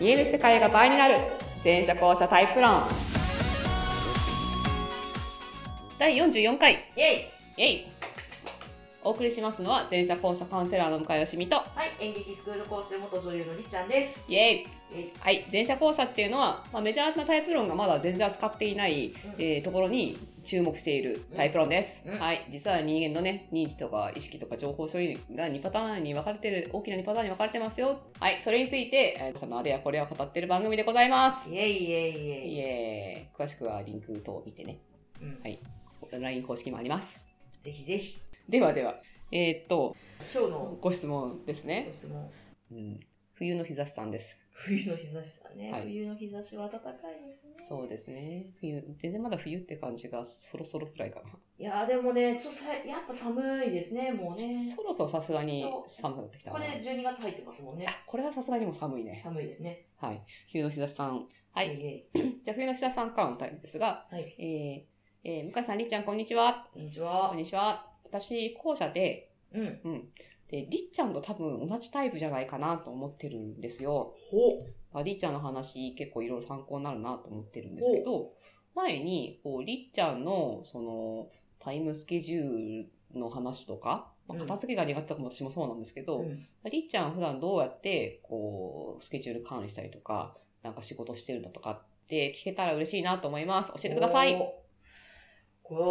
見える世界が倍になる全社交差タイプ論第44回イエイイエイお送りしますのは全社交差カウンセラーの向井よしみとはい、演劇スクール講師で元女優のりっちゃんです。イエイイエイはい、前者後者っていうのは、まあ、メジャーなタイプ論がまだ全然扱っていない、えーところに注目しているタイプ論です、うんうんはい、実は人間のね認知とか意識とか情報処理が2パターンに分かれてる大きな2パターンに分かれてますよはいそれについて、えー、そのあれやこれを語ってる番組でございますイエイイエイイエイイエーイ詳しくはリンク等を見てねうんはい LINE 公式もありますぜひぜひ、ではではえーっと今日のご質問ですねご、質問。うん、冬の日差しさんです冬の日差しさね、はい冬の日差しは暖かいですね。そうですね。冬、全然まだ冬って感じがそろそろくらいかな。いやーでもね、ちょっとさやっぱ寒いですね、もうね。そろそろさすがにそう寒くなってきたこな。れ12月入ってますもんねあ。これはさすがにもう寒いね。寒いですね。はい。冬の日差しさん。はいイエイイエイじゃあ冬の日差しさんカウンターですが、はい。えー、えー、向井さん、りっちゃん、こんにちは。こんにちこはん。にちは。私、後者で、うん。うん。で、りっちゃんと多分同じタイプじゃないかなと思ってるんですよ。ほまあ、りっちゃんの話、結構いろいろ参考になるなと思ってるんですけど、前に、こう、りっちゃんの、その、タイムスケジュールの話とか、まあ、片付けが苦手とかも私もそうなんですけど、うん。りっちゃんは普段どうやって、こう、スケジュール管理したりとか、なんか仕事してるんだとかって聞けたら嬉しいなと思います。教えてください。お。これ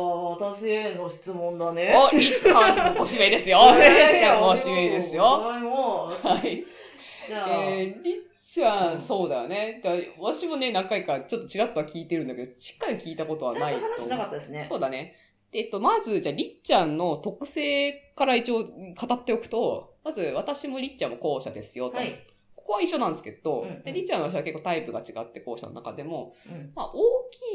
は私への質問だね。お、りっちゃんもご指名ですよ。りっちゃんもご指名ですよ。ありがとうございまはい。す。じゃあ、えー、りっちゃ、うんんそうだよね。だ私もね、何回かちょっとちらっとは聞いてるんだけど、しっかり聞いたことはちゃなんいとと思う話しなかったですね。そうだね。でえっと、まず、じゃあ、りっちゃんの特性から一応語っておくと、まず、私もりっちゃんも後者ですよと。はい。ここは一緒なんですけど、うんうんでりっちゃんの私は結構タイプが違って、後者の中でも、うん。まあ、大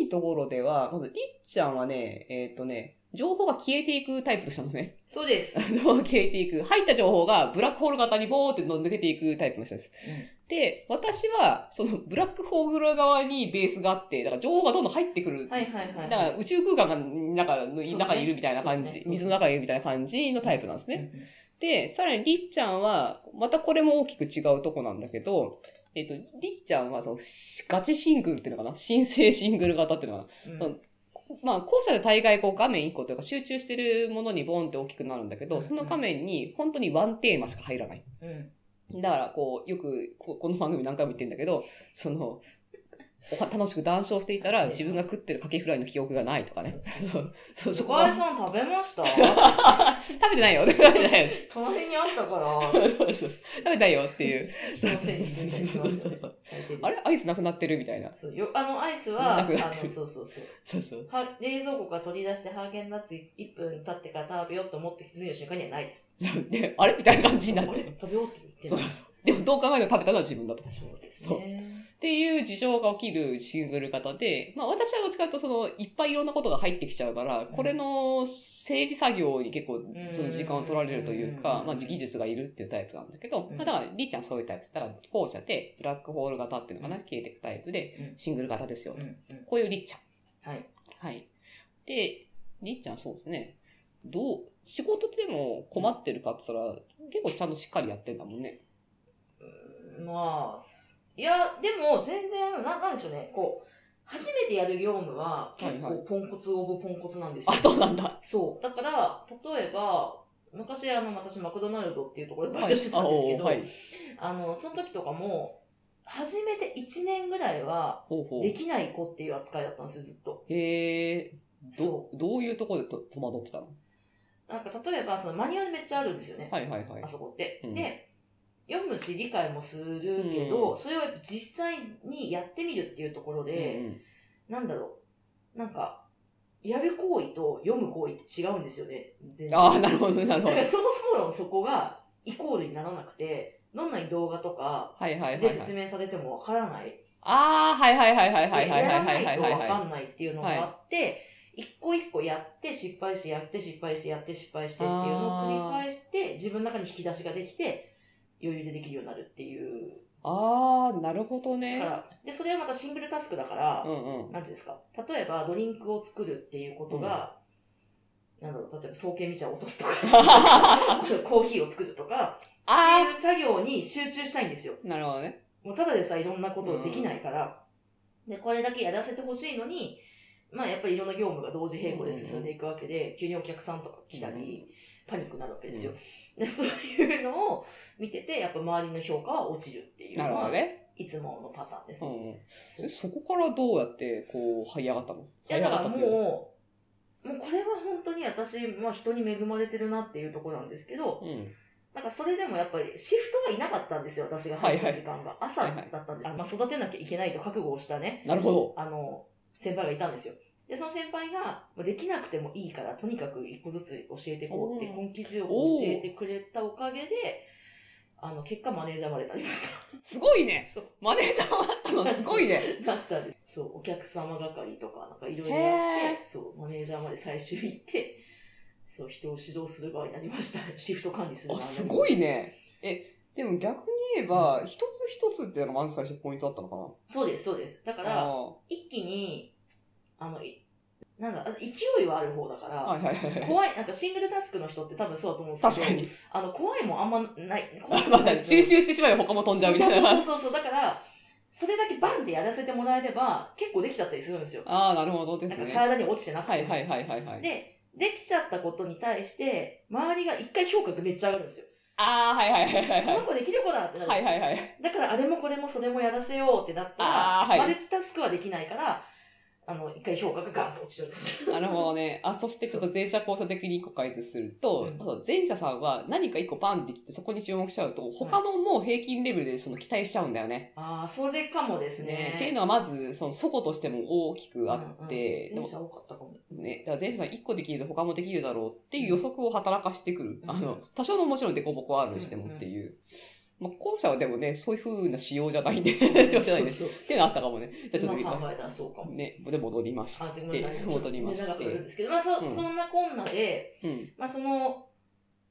きいところでは、まず、りっちゃんはね、えーっ、とね、情報が消えていくタイプでしたのね。 そうです。情報が消えていく。入った情報がブラックホール型にボーって抜けていくタイプの人です。で、私は、その、ブラックホール側にベースがあって、だから情報がどんどん入ってくる。はいはいはい。だから宇宙空間が中のすね中にいるみたいな感そうじ、ですね水の中にいるみたいな感じのタイプなんですうんね。で、さらにりっちゃんは、またこれも大きく違うとこなんだけど、えっと、りっちゃんはそのしガチシングルっていうのかな新生シングル型っていうのかうんな、まあ、後者で大概こう画面1個というか集中してるものにボンって大きくなるんだけうど、んうんその画面に本当にワンテーマしか入らない。うんうんだからこう、よくここの番組何回も言ってんだけど、その、おは楽しく談笑していたら自分が食ってるカキフライの記憶がないとかね。そう、そう、 そこ高は橋さん食べまし た食べてないよ、食べてないよ。隣にあったから、そうそう食べてないよっていう。人のせいにしてみたりしますよねそうそうそう。最低ですあれアイスなくなってるみたいな。そうよあの、アイスは、あなくなってるの、そうそうそう。そうそう。は冷蔵庫から取り出してハーゲンダッツ1分経ってから食べようと思って気づいた瞬間にはないです。そうで、あれみたいな感じになっあてれる。食べようって言ってそなういそうそう。でもどう考えても食べたのは自分だと。っそうですね。ていう事情が起きるシングル型で、まあ私はどっちかというとその、いっぱいいろんなことが入ってきちゃうから、これの整理作業に結構その時間を取られるというか、まあ技術がいるっていうタイプなんだけどう、んまあだからりっちゃんそういうタイプです。だから後者で、ブラックホール型っていうのかな、うん消えていくタイプでうん、シングル型ですようん。うんこういうりっちゃん。はい。はい。で、りっちゃんそうですね。どう、仕事でも困ってるかって言ったら、結構ちゃんとしっかりやってんだもんね。うーんまあ、いや、でも全然、ななんでしょうね、こう、初めてやる業務は結はい構ポンコツオブポンコツなんですよ。あ、そうなんだ。そう。だから、例えば、昔、あの、私、マクドナルドっていうところでバイあトしてたんですけど、はい。あの、その時とかも、初めて1年ぐらいは、ほうほできない子っていう扱いだったんですよ、ずっと。う。へえ。どそ、どういうところでと戸惑ってたのなんか、例えば、その、マニュアルめっちゃあるんですよね。はいはいはいあ。そこって。うんで、読むし、理解もするけど、うんそれをやっぱ実際にやってみるっていうところうで、んうんなんだろう。なんか、やる行為と読む行為って違うんですよね、全然ああ、なるほど、なるほだどか。らそもそものそこがイコールにならなくて、どんなに動画とか、はいはいはい口で説はい。明されてもわからない。ああ、はいはいはいはいはいはいやはらいないはいとはいわはかんないっていうのがあって、一個一個やって失敗して、やって失敗して、やって失敗してっていうのを繰り返して、自分の中に引き出しができて、余裕でできるようになるっていう。ああ、なるほどだねか。ら、で、それはまたシングルタスクだから、うん うん。なんていうんですか、例えばドリンクを作るっていうことが、なんだろう、例えば、総計見ちゃ落とすとか、コーヒーを作るとか、ってあいう作業に集中したいんですよ。あ、なるほどね。もうただでさ、いろんなことできないから、で、これだけやらせてほしいのに、まあやっぱりいろんな業務が同時並行で進んでいくわけで、急にお客さんとか来たり、パニックになるわけですよ。で、そういうのを見てて、やっぱ周りの評価は落ちるっていうなるのほどは、ね。いつものパターンですうね。ん。そそこからどうやって、こう、這い上がったのいや、這いだ上かがっらたもとう、いうか。もうこれは本当に私、まあ人に恵まれてるなっていうところなんですけど、うん。なんかそれでもやっぱりシフトがいなかったんですよ、私が入った時間が。朝だったんです。あまあ育てなきゃいけないと覚悟をしたね、なるほど。あの、先輩がいたんですよ。で、その先輩が、まあできなくてもいいから、とにかく一個ずつ教えていこうって、おー根気強く教えてくれたおかげで、あの、結果マネージャーまでなりまし すごいた。ねそう。マネージャーはあったの、すごい ね。だったんです。そう、お客様係とか、なんかいろいろやっへて、そう、マネージャーまで最終行って、そう、人を指導する側になりました。 シフト管理するあ、側になりすましたごいね。え、でも逆に言えば、一つ一つっていうのがまず最初ポイントだったのかなそうです、そうです。だか。ら、あ一気に、あの、いなんだ、あ勢いはある方だから、あーはいはい はいはい。怖い、なんかシングルタスクの人って多分そうだと思うんです確けど、かに。あの、怖いもんあんま ない。怖あいもまんたない吸収してしまえば他も飛んじゃうみたいな。そうそうそうそう、だから、それだけバンってやらせてもらえれば、結構できちゃったりするんですよ。 ああ、なるほどでなすんかね。体に落ちてなくても。はいはいはいはいはい。で、できちゃったことに対して、周りが一回評価がめっちゃ上がるんですよ。ああ、はいはいはいはいこはの子できる子だってなるんですよ。い。はいはい はい。だからあれもこれもそれもやらせようってなったら、あーはいマルチタスクはできないから、あの、一回評価がガンと落ちるんですよ。なるほどね。あ、そしてちょっと前者後者的に一個解説すると、うんあと前者さんは何か一個バンってきてそこに注目しちゃうと、他のもう平均レベルでその期待しちゃうんだよね。ああ、それかもですねね。っていうのはまず、その、祖母としても大きくあって、うんうん前者多かったかも。でもね、だから前者さん1個できると他もできるだろうっていう予測を働かしてくる。うんあの、多少のもちろんデコボコはあるにしてもっていう。まあ、後者はでもね、そういう風な仕様じゃないんで、 仕様じゃないんで。っそうていうのあったかもね。じゃあちょっと今考今、えたらそうかも。ね、で戻りました。あ、でごめんなさい。で戻りまして長くなるんですけど、まあそ、うんそんなこんなで、うん。まあその、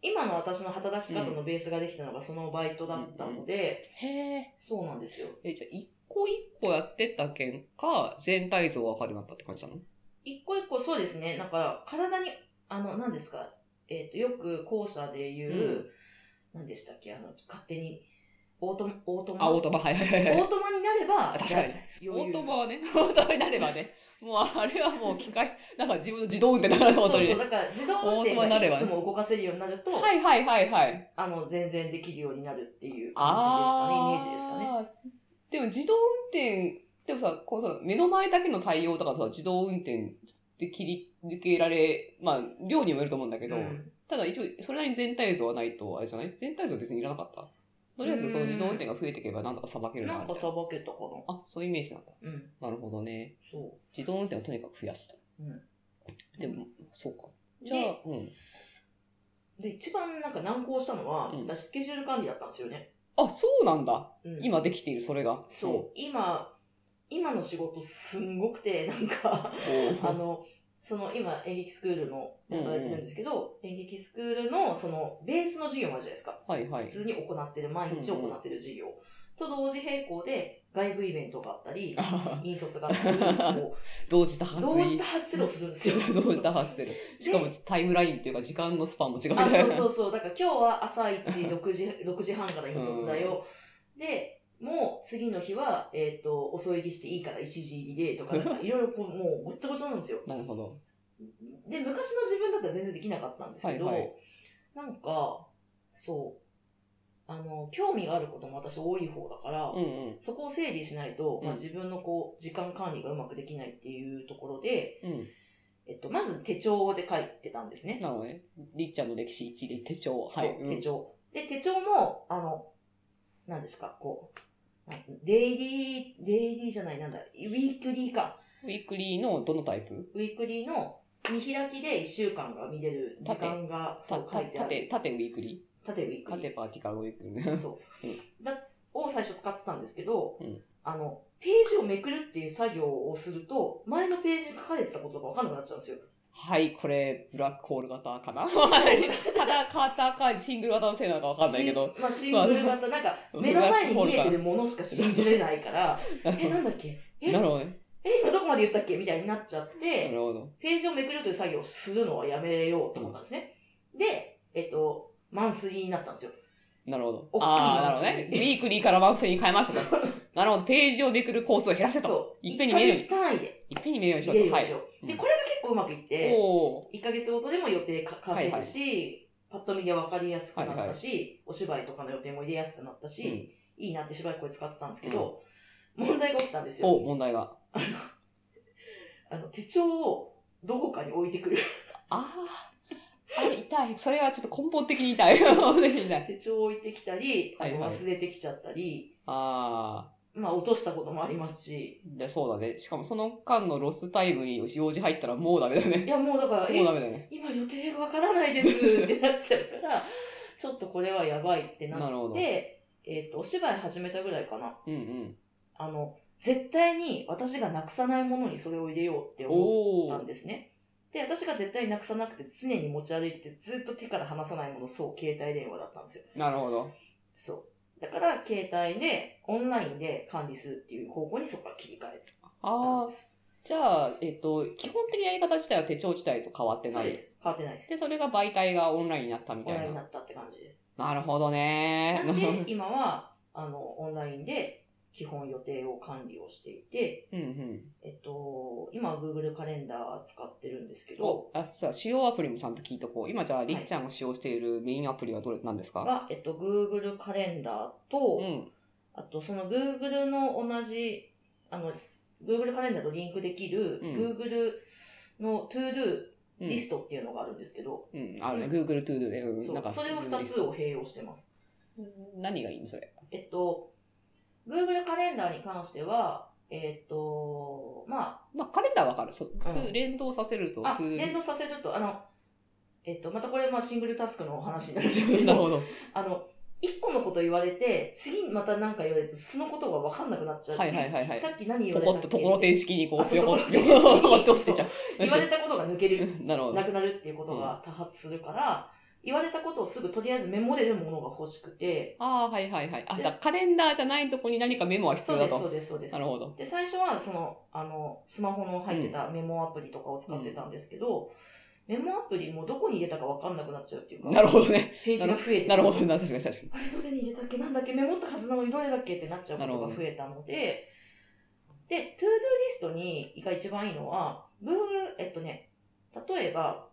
今の私の働き方のベースができたのがそのバイトだったので、へえ。そうなんですよ。え、じゃあ1個1個やってった件か、全体像が分かるようになったって感じなの一個一個そうですね。なんか、体に、あの、何ですか、えっ、と、よく校舎で言う、うん何でしたっけ、あの、勝手に、オートマ、オートマ。あ、オートバ、はいはいはいはオい。ートマになれば、確かに。オ余裕ートバはね、 オートバになればね、もうあれはもう機械、なんか自分の自動運転だからね、そ本当うにねそう、。だから自動運転オートマにながれいばつも動かせるようになると、はいはいはいはい。あの、全然できるようになるっていう感じですかね、イメあージですかね。ね。でも自動運転、でもさ、こうさ、目の前だけの対応とかさ、自動運転で切り抜けられ、まあ、量にもよると思うんだけど、うんただ一応、それなりに全体像はないと、あれじゃない全体像別にいらなかった。とりあえず、この自動運転が増えていけばなんとかさばけるなな。んかさばけたかあ、そういうイメージなんだ。な。うん、なるほどね。そ自動運転をとにかく増やした。う。うん、でも、そうか。じじゃゃああ、うん。で、一番なんか難航したのは、うん私スケジュール管理だったんですよね。あ、そうなんだ。うん今できている、それが。そう、今、今の仕事すんごくて、 なんか、うん。あの、その今演劇スクールの、うんうん働いてるんですけど、演劇スクールのそのベースの授業もあるじゃないですか。はいはい普。通に行ってる、毎日行ってる授業。と同時並行で外部イベントがあったり、引率があったり、 こ 同時多う発。同時多発するをするんですよ 同時多発する。しかもタイムラインっていうか時間のスパンも違うみあ、たいそうな。そうそう。だから今日は朝一6時、6時 半から引率だよ。で、もう次の日は、えっ、と、遅いぎしていいから1時入りでとか、 なんかいろいろこう、もうごっちゃごちゃなんですよ。 なるほど。で、昔の自分だったら全然できなかったんですけど、はいはいなんか、そう、あの、興味があることも私多い方だから、うんうん。そこを整理しないと、まうあ、ん自分のこう、時間管理がうまくできないっていうところで、うん。えっと、まず手帳で書いてたんですね。なるほどね。りっちゃんの歴史一で手帳。はそうい。、うん手帳。で、手帳も、あの、なんですか、こう、なデイリー、デイリーじゃない、なんだ、ウィークリーか。ウィークリーのどのタイプウィークリーの見開きで1週間が見れる時間が、たそう書たいてあ縦、る。縦ウィークリ縦ウィーークリ縦ー。パーティカルウィークリーね。 そう。だを最初使ってたんですけど、うんあの、ページをめくるっていう作業をすると、前のページに書かれてたことがわかんなくなっちゃうんですよ。はい、これ、ブラックホール型か な型、型か、シングル型のせいなのかわかんないけど。シンまあ、シングル型、なんか、目の前に見えてるものしか信じれないから、なる え、ほなんだっけえ、ど。なるほどね。え、今どこまで言ったっけみたいになっちゃっなて、るほど。ページをめくるという作業をするのはやめようと思ったんですね。で、えっと、マンスリーになったんですよ。なるほど。大きいああ、なるマンほスどリーね。ウィークリーからマンスリーに変えましたと。なるほど。ページをめくるコースを減らせと。そう。いっ1ぺんにヶ見える月単位でいっぺんに見れるようにし見ろれると。ようはにいし。よう。うで、んこれが結構うまくいって、おー1ヶ月ごとでも予定か変わってるし、パッと見で分かりやすくなったし、お芝居とかの予定も入れやすくなったし、いいなって芝居これ使ってたんですけど、問題が起きたんですよ。お問題が。あの、手帳をどこかに置いてくる。ああ。あれ、痛い。それはちょっと根本的に 痛い。根本的に痛い。手帳を置いてきたり、あのはいはい忘れてきちゃったり、ああ。まあ落としたこともありますし、でそうだね。しかもその間のロスタイムに用事入ったらもうダメだよいね。やもうだから、もうダえ、メだよね。今予定がわからないですってなっちゃうから、 ちょっとこれはやばいってななっるほど。て、えっ、と、お芝居始めたぐらいかな。うんうん。あの、絶対に私がなくさないものにそれを入れようって思おったおん。ですね。で、私が絶対なくさなくて常に持ち歩いててずっと手から離さないもの、そう、携帯電話だったんですよ。なるほど。そう。だから、携帯で、オンラインで管理するっていう方向にそこから切り替えたあんあ。です。じゃあ、えっと、基本的なやり方自体は手帳自体と変わってそなうい。です。変わってないです。で、それが媒体がオンラインになったみオたンいラインになな。ったって感じです。なるほどね。なんで、今は、あの、オンラインで基本予定を管理をしていて、 うんうん。えっと、今は Google カレンダー使ってるんですけど、お、あ、実は使用アプリもちゃんと聞いとこう。今じゃあ、りっちゃんが使用しているメインアプリはどれ、なんですかは、えっと、Google カレンダーと、うん。あとその Google の同じ、あの、Google カレンダーとリンクできる、うん Google の ToDo うんリストっていうのがあるんですけど、うん。あのね、Google To Do で、うんそなんうか、それを2つを併用してます。何がいいのそれ。えっと、Google カレンダーに関しては、えっと、ままあ、カレンダーはわかる。そう普う通ん連動させると、あ、あ、 To Do 連動させると、あの、えっと、またこれ、まあ、シングルタスクの話になるんですけなるど、ほど。あの、一個のこと言われて、次にまた何か言われると、そのことが分かんなくなっちゃう。はいはいはいはいさっき何言わポれコたっッけと、ところてん式にこあう、そう横、ところてん式に横って落ちてちゃう。言われたことが抜ける、 うんなるほどな。くなるっていうことが多発するから、言われたことをすぐとりあえずメモれるものが欲しくて、ああ、はいはいはい。あ、だからカレンダーじゃないとこに何かメモは必そう要だです、そと。うです、そうですな。るほど。で、最初はその、あの、スマホの入ってたメモアプリとかを使ってたんですけど、メモアプリもどこに入れたかわかんなくなっちゃうっていうか、なるほどね。ページが増えてなるほどね。確かに確かに。あれどれに入れたっけなんだっけメモったはずなのにどれだっけってなっちゃうことが増えたので、で、トゥードゥリストにが一番いいのは、Google、えっとね、例えば、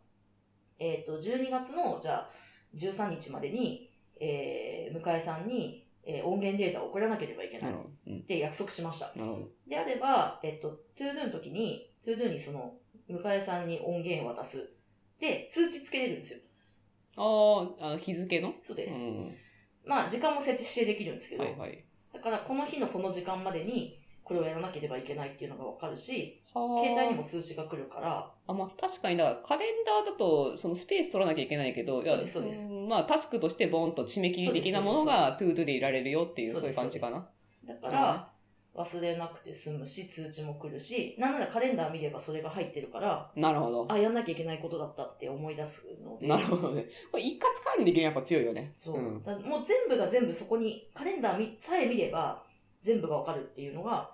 えっと、12月の、じゃあ、13日までに、えー、向井さんに、えー音源データを送らなければいけなないっるほど。うん。て約束しました。なるほど。であれば、えっと、トゥードゥの時に、トゥードゥにその、向井さんに音源を渡す。で、通知つけれるんですよ。ああ、あの日付のそうです。うん。まあ、時間も設置してできるんですけど、はいはい。だからこの日のこの時間までにこれをやらなければいけないっていうのがわかるし、はあ携帯にも通知が来るから、あ、まあ確かに、だからカレンダーだと、そのスペース取らなきゃいけないけど、いやそうですそうですんまあタスクとしてボンと締め切り的なものがトゥードゥでいられるよっていう、そうそういでうす感じかな。だから忘れなくて済むし、通知も来るし、なんならカレンダー見ればそれが入ってるから、なるほど。あ、やんなきゃいけないことだったって思い出すの で。なるほどね。これ一括管理でやっぱ強いよね。そう。ん。だもう全部が全部そこに、カレンダーみさえ見れば全部がわかるっていうのが、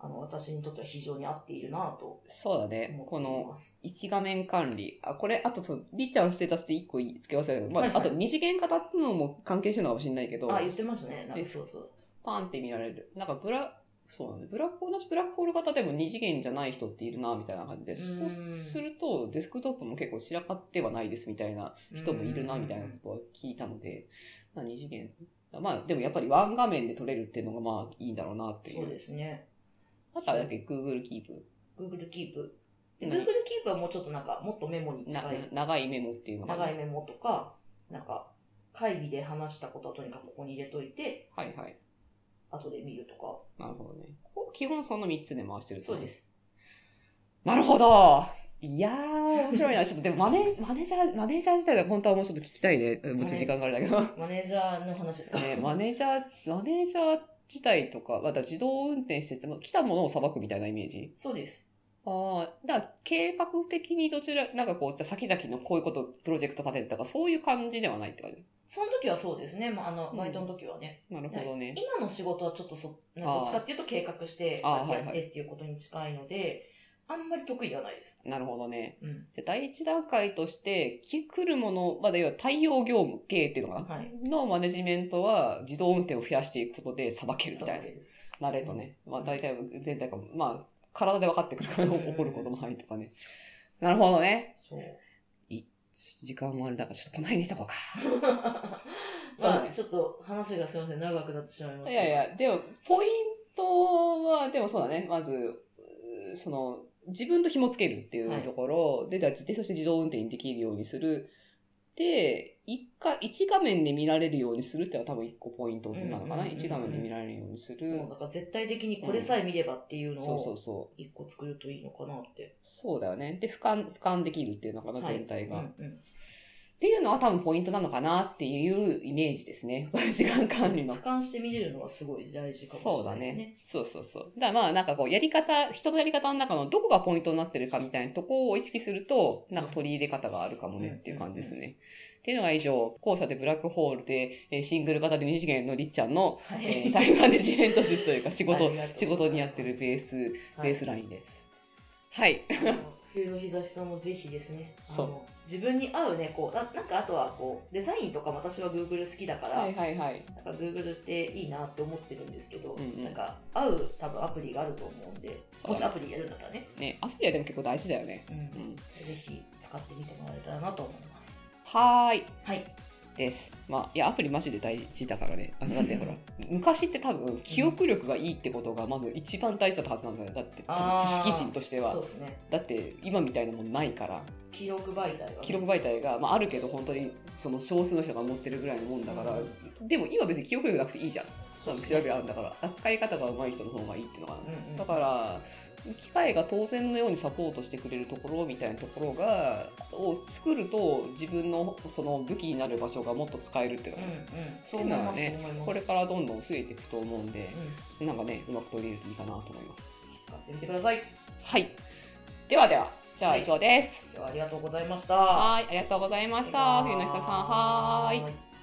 あの、私にとっては非常に合っているなとそうだね思。こっていの、ます。一画面管理。あ、これ、あとそう、りっちゃんのステータスで一個付け忘れたけど、まあ、はいはいあと二次元型っていうのも関係してるのかもしれないけど、あ、言ってましたね。なんかそうそう。パンって見られる。なんかブラ、そうなんだね。ブラック、同じブラックホール型でも二次元じゃない人っているな、みたいな感じで。うんそうすると、デスクトップも結構散らかってはないです、みたいな人もいるな、みたいなことは聞いたので、まあ二次元。まあ、でもやっぱりワン画面で撮れるっていうのがまあいいんだろうなっていそうう。ですね。あとはだっけ、Google Keep。 Google Keep。でうん Google Keep はもうちょっとなんか、もっとメモに近、ない長いメモっていうのが。長いメモとか、なんか、会議で話したことはとにかくここに入れといて、はいはい。後で見るとか。なるほどね。こう基本その3つで回してるってこそうとねです。なるほど。いやー、面白いな。ちょっとでもマネ、マネージャー、マネージャー自体が本当はもうちょっと聞きたいね。もうちょっと時間があるだけど。マネージャーの話ですかね、マネージャー、マネージャー自体とか、また自動運転してても、来たものを裁くみたいなイメージ。そうです。ああ、だから計画的にどちら、なんかこう、じゃあ先々のこういうこと、プロジェクト立ててとか、そういう感じではないって感じ。その時はそうですね。まあ、あのう、んバイトの時はね。なるほどね。今の仕事はちょっとそ、なんかどっちかっていうと計画して、あーやってっていうことに近いので、あんまり得意ではないです。なるほどね。うん。じゃあ第一段階として、き来るもの、まだ要は対応業務経営っていうのかな、はい。のマネジメントは自動運転を増やしていくことで裁けるみたいな。慣れとね。まあ大体全体かも。まあ体で分かってくるからうん起こることも範囲とかね。なるほどね。そう。時間もあれだからちょっとこの辺にしとこうか。 まあ、ちょっと話がすいません、長くなってしまいましいた。やいや、でも、ポイントは、でもそうだね。まず、うーその、自分と紐付けるっていうところ、で、じゃあで、そして自動運転にできるようにする。で、一か、一画面で見られるようにするっていうのは多分一個ポイントなのかうんうんうんな。うん一画面で見られるようにするもう。だから絶対的にこれさえ見ればっていうのそうそうをそう。一個作るといいのかなって。そうだよね。で、俯瞰、俯瞰できるっていうのかな、はい全体が。うっんうんていうのは多分ポイントなのかなっていうイメージですね。 時間管理の俯。瞰して見れるのはすごい大事かもそうしれだないですね。ね。そうそうそう。だからまあなんかこう、やり方、人のやり方の中のどこがポイントになってるかみたいなとこを意識すると、なんか取り入れ方があるかもねっていう感じですね。っていうのが以上、校舎でブラックホールで、えーシングル型で二次元のりっちゃん の、はえー、タイムマネジメント術というか仕事、い仕事にやってるベース、ベースラインです。はい。あの冬の日差しさんもぜひですねあそうの自分に合うねこうななんかあとはこうデザインとかも私は Google 好きだから、はいはいはい。なんか Google っていいなって思ってるんですけど、うんうんなんか合う多分アプリがあると思うんでそうもしアプリやるんだったらね、ね、アプリはでも結構大事だよね。うんうん。ぜひ使ってみてもらえたらなと思いますはーい。はいです。まあ、いや、アプリマジで大事だからね。あの、だってほら、 昔って多分、記憶力がいいってことが、まず一番大事だったはずなんだよ。だって、あー知識人としてそうは。ですねだって、今みたいなもんないから、記録媒体はね、記録媒体が、まあ、あるけど、本当に、その少数の人が持ってるぐらいのもんだから、でも今別に記憶力なくていいじゃん。そうです調ねべあるんだから、扱い方が上手い人の方がいいっていうのが、うんうんだから、機械が当然のようにサポートしてくれるところみたいなところが、を作ると自分のその武器になる場所がもっと使えるっていううかんうんっていうのはねそう思いますこれからどんどん増えていくと思うんでう、ん、なんかね、うまく取り入れるといいかなと思います。使ってみてくださいはい。ではでは、じゃあはい以上です。ではありがとうございましたはい、ありがとうございました。冬の久さん、はーい。い